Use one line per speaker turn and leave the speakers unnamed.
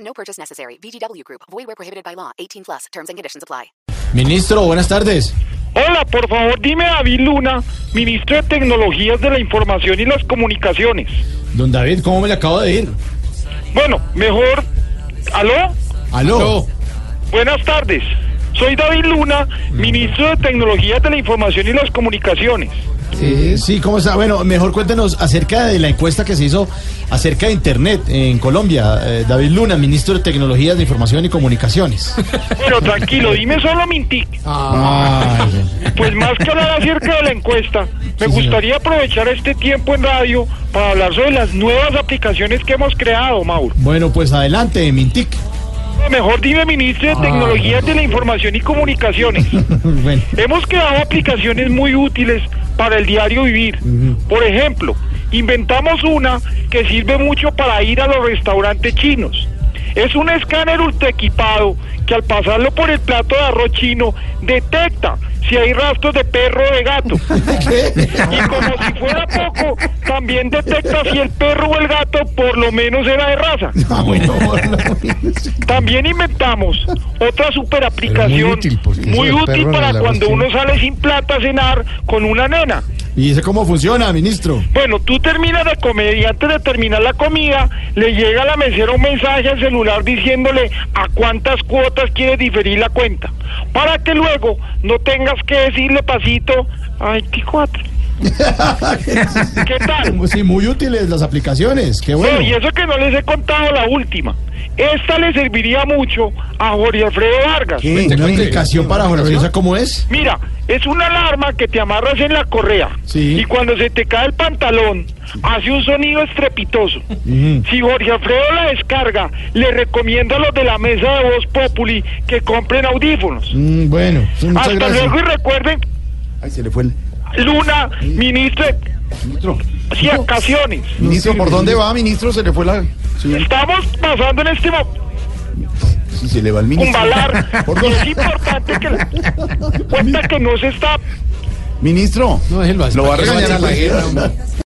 No purchase necessary. VGW Group. Void where prohibited by law. 18 plus. Terms and conditions apply.
Ministro, buenas tardes.
Hola, por favor, dime a David Luna, ministro de Tecnologías de la Información y las Comunicaciones.
Don David, ¿cómo me le acabo de ir?
Bueno, mejor... ¿Aló?
Aló.
Buenas tardes. Soy David Luna, ministro de Tecnologías de la Información y las Comunicaciones.
Eh, sí, ¿cómo está? Bueno, mejor cuéntenos acerca de la encuesta que se hizo acerca de Internet en Colombia. Eh, David Luna, ministro de Tecnologías de Información y Comunicaciones.
Bueno, tranquilo, dime solo Mintic.
Ay,
Pues más que hablar acerca de la encuesta, me
señor.
gustaría aprovechar este tiempo en radio para hablar sobre las nuevas aplicaciones que hemos creado, Mauro.
bueno, pues adelante, Mintic.
Mejor dime, ministro de Tecnologías de la Información y Comunicaciones.
Bueno,
Hemos creado aplicaciones muy útiles para el diario vivir. Por ejemplo, inventamos una que sirve mucho para ir a los restaurantes chinos. Es un escáner ultraequipado que al pasarlo por el plato de arroz chino detecta si hay rastros de perro o de gato. Y como si fuera poco, también detecta si el perro o el gato por lo menos era de raza.
ah, bueno, bueno.
También inventamos otra super aplicación muy útil, para cuando uno sale sin plata a cenar con una nena.
¿Y eso cómo funciona, ministro?
Bueno, tú terminas de comer y antes de terminar la comida le llega a la mesera un mensaje al celular diciéndole a cuántas cuotas quieres diferir la cuenta para que luego no tengas que decirle pasito ay, cuatro. ¿Qué tal?
Sí, muy útiles las aplicaciones, qué
No,
bueno.
y eso que no les he contado la última. Esta le serviría mucho a Jorge Alfredo Vargas.
¿Qué? ¿Una aplicación para Jorge Alfredo, cómo es?
Mira, es una alarma que te amarras en la correa
Sí.
y cuando se te cae el pantalón hace un sonido estrepitoso. Si Jorge Alfredo la descarga, le recomiendo a los de la mesa de Voz Populi que compren audífonos.
Mm, bueno, muchas
Hasta
gracias.
luego y recuerden,
Ay, se le fue el...
Luna, ministro de ocasiones.
Ministro, ¿por dónde va, ministro? Se le fue la...
Estamos pasando en este momento.
Sí, se le va el ministro.
Cumbalar,
¿Por
y
dónde?
es importante que la- cuenta que no se está
Ministro.
No, déjelo así.
Lo va a
¿Para qué
regañar a la
pues?
guerra,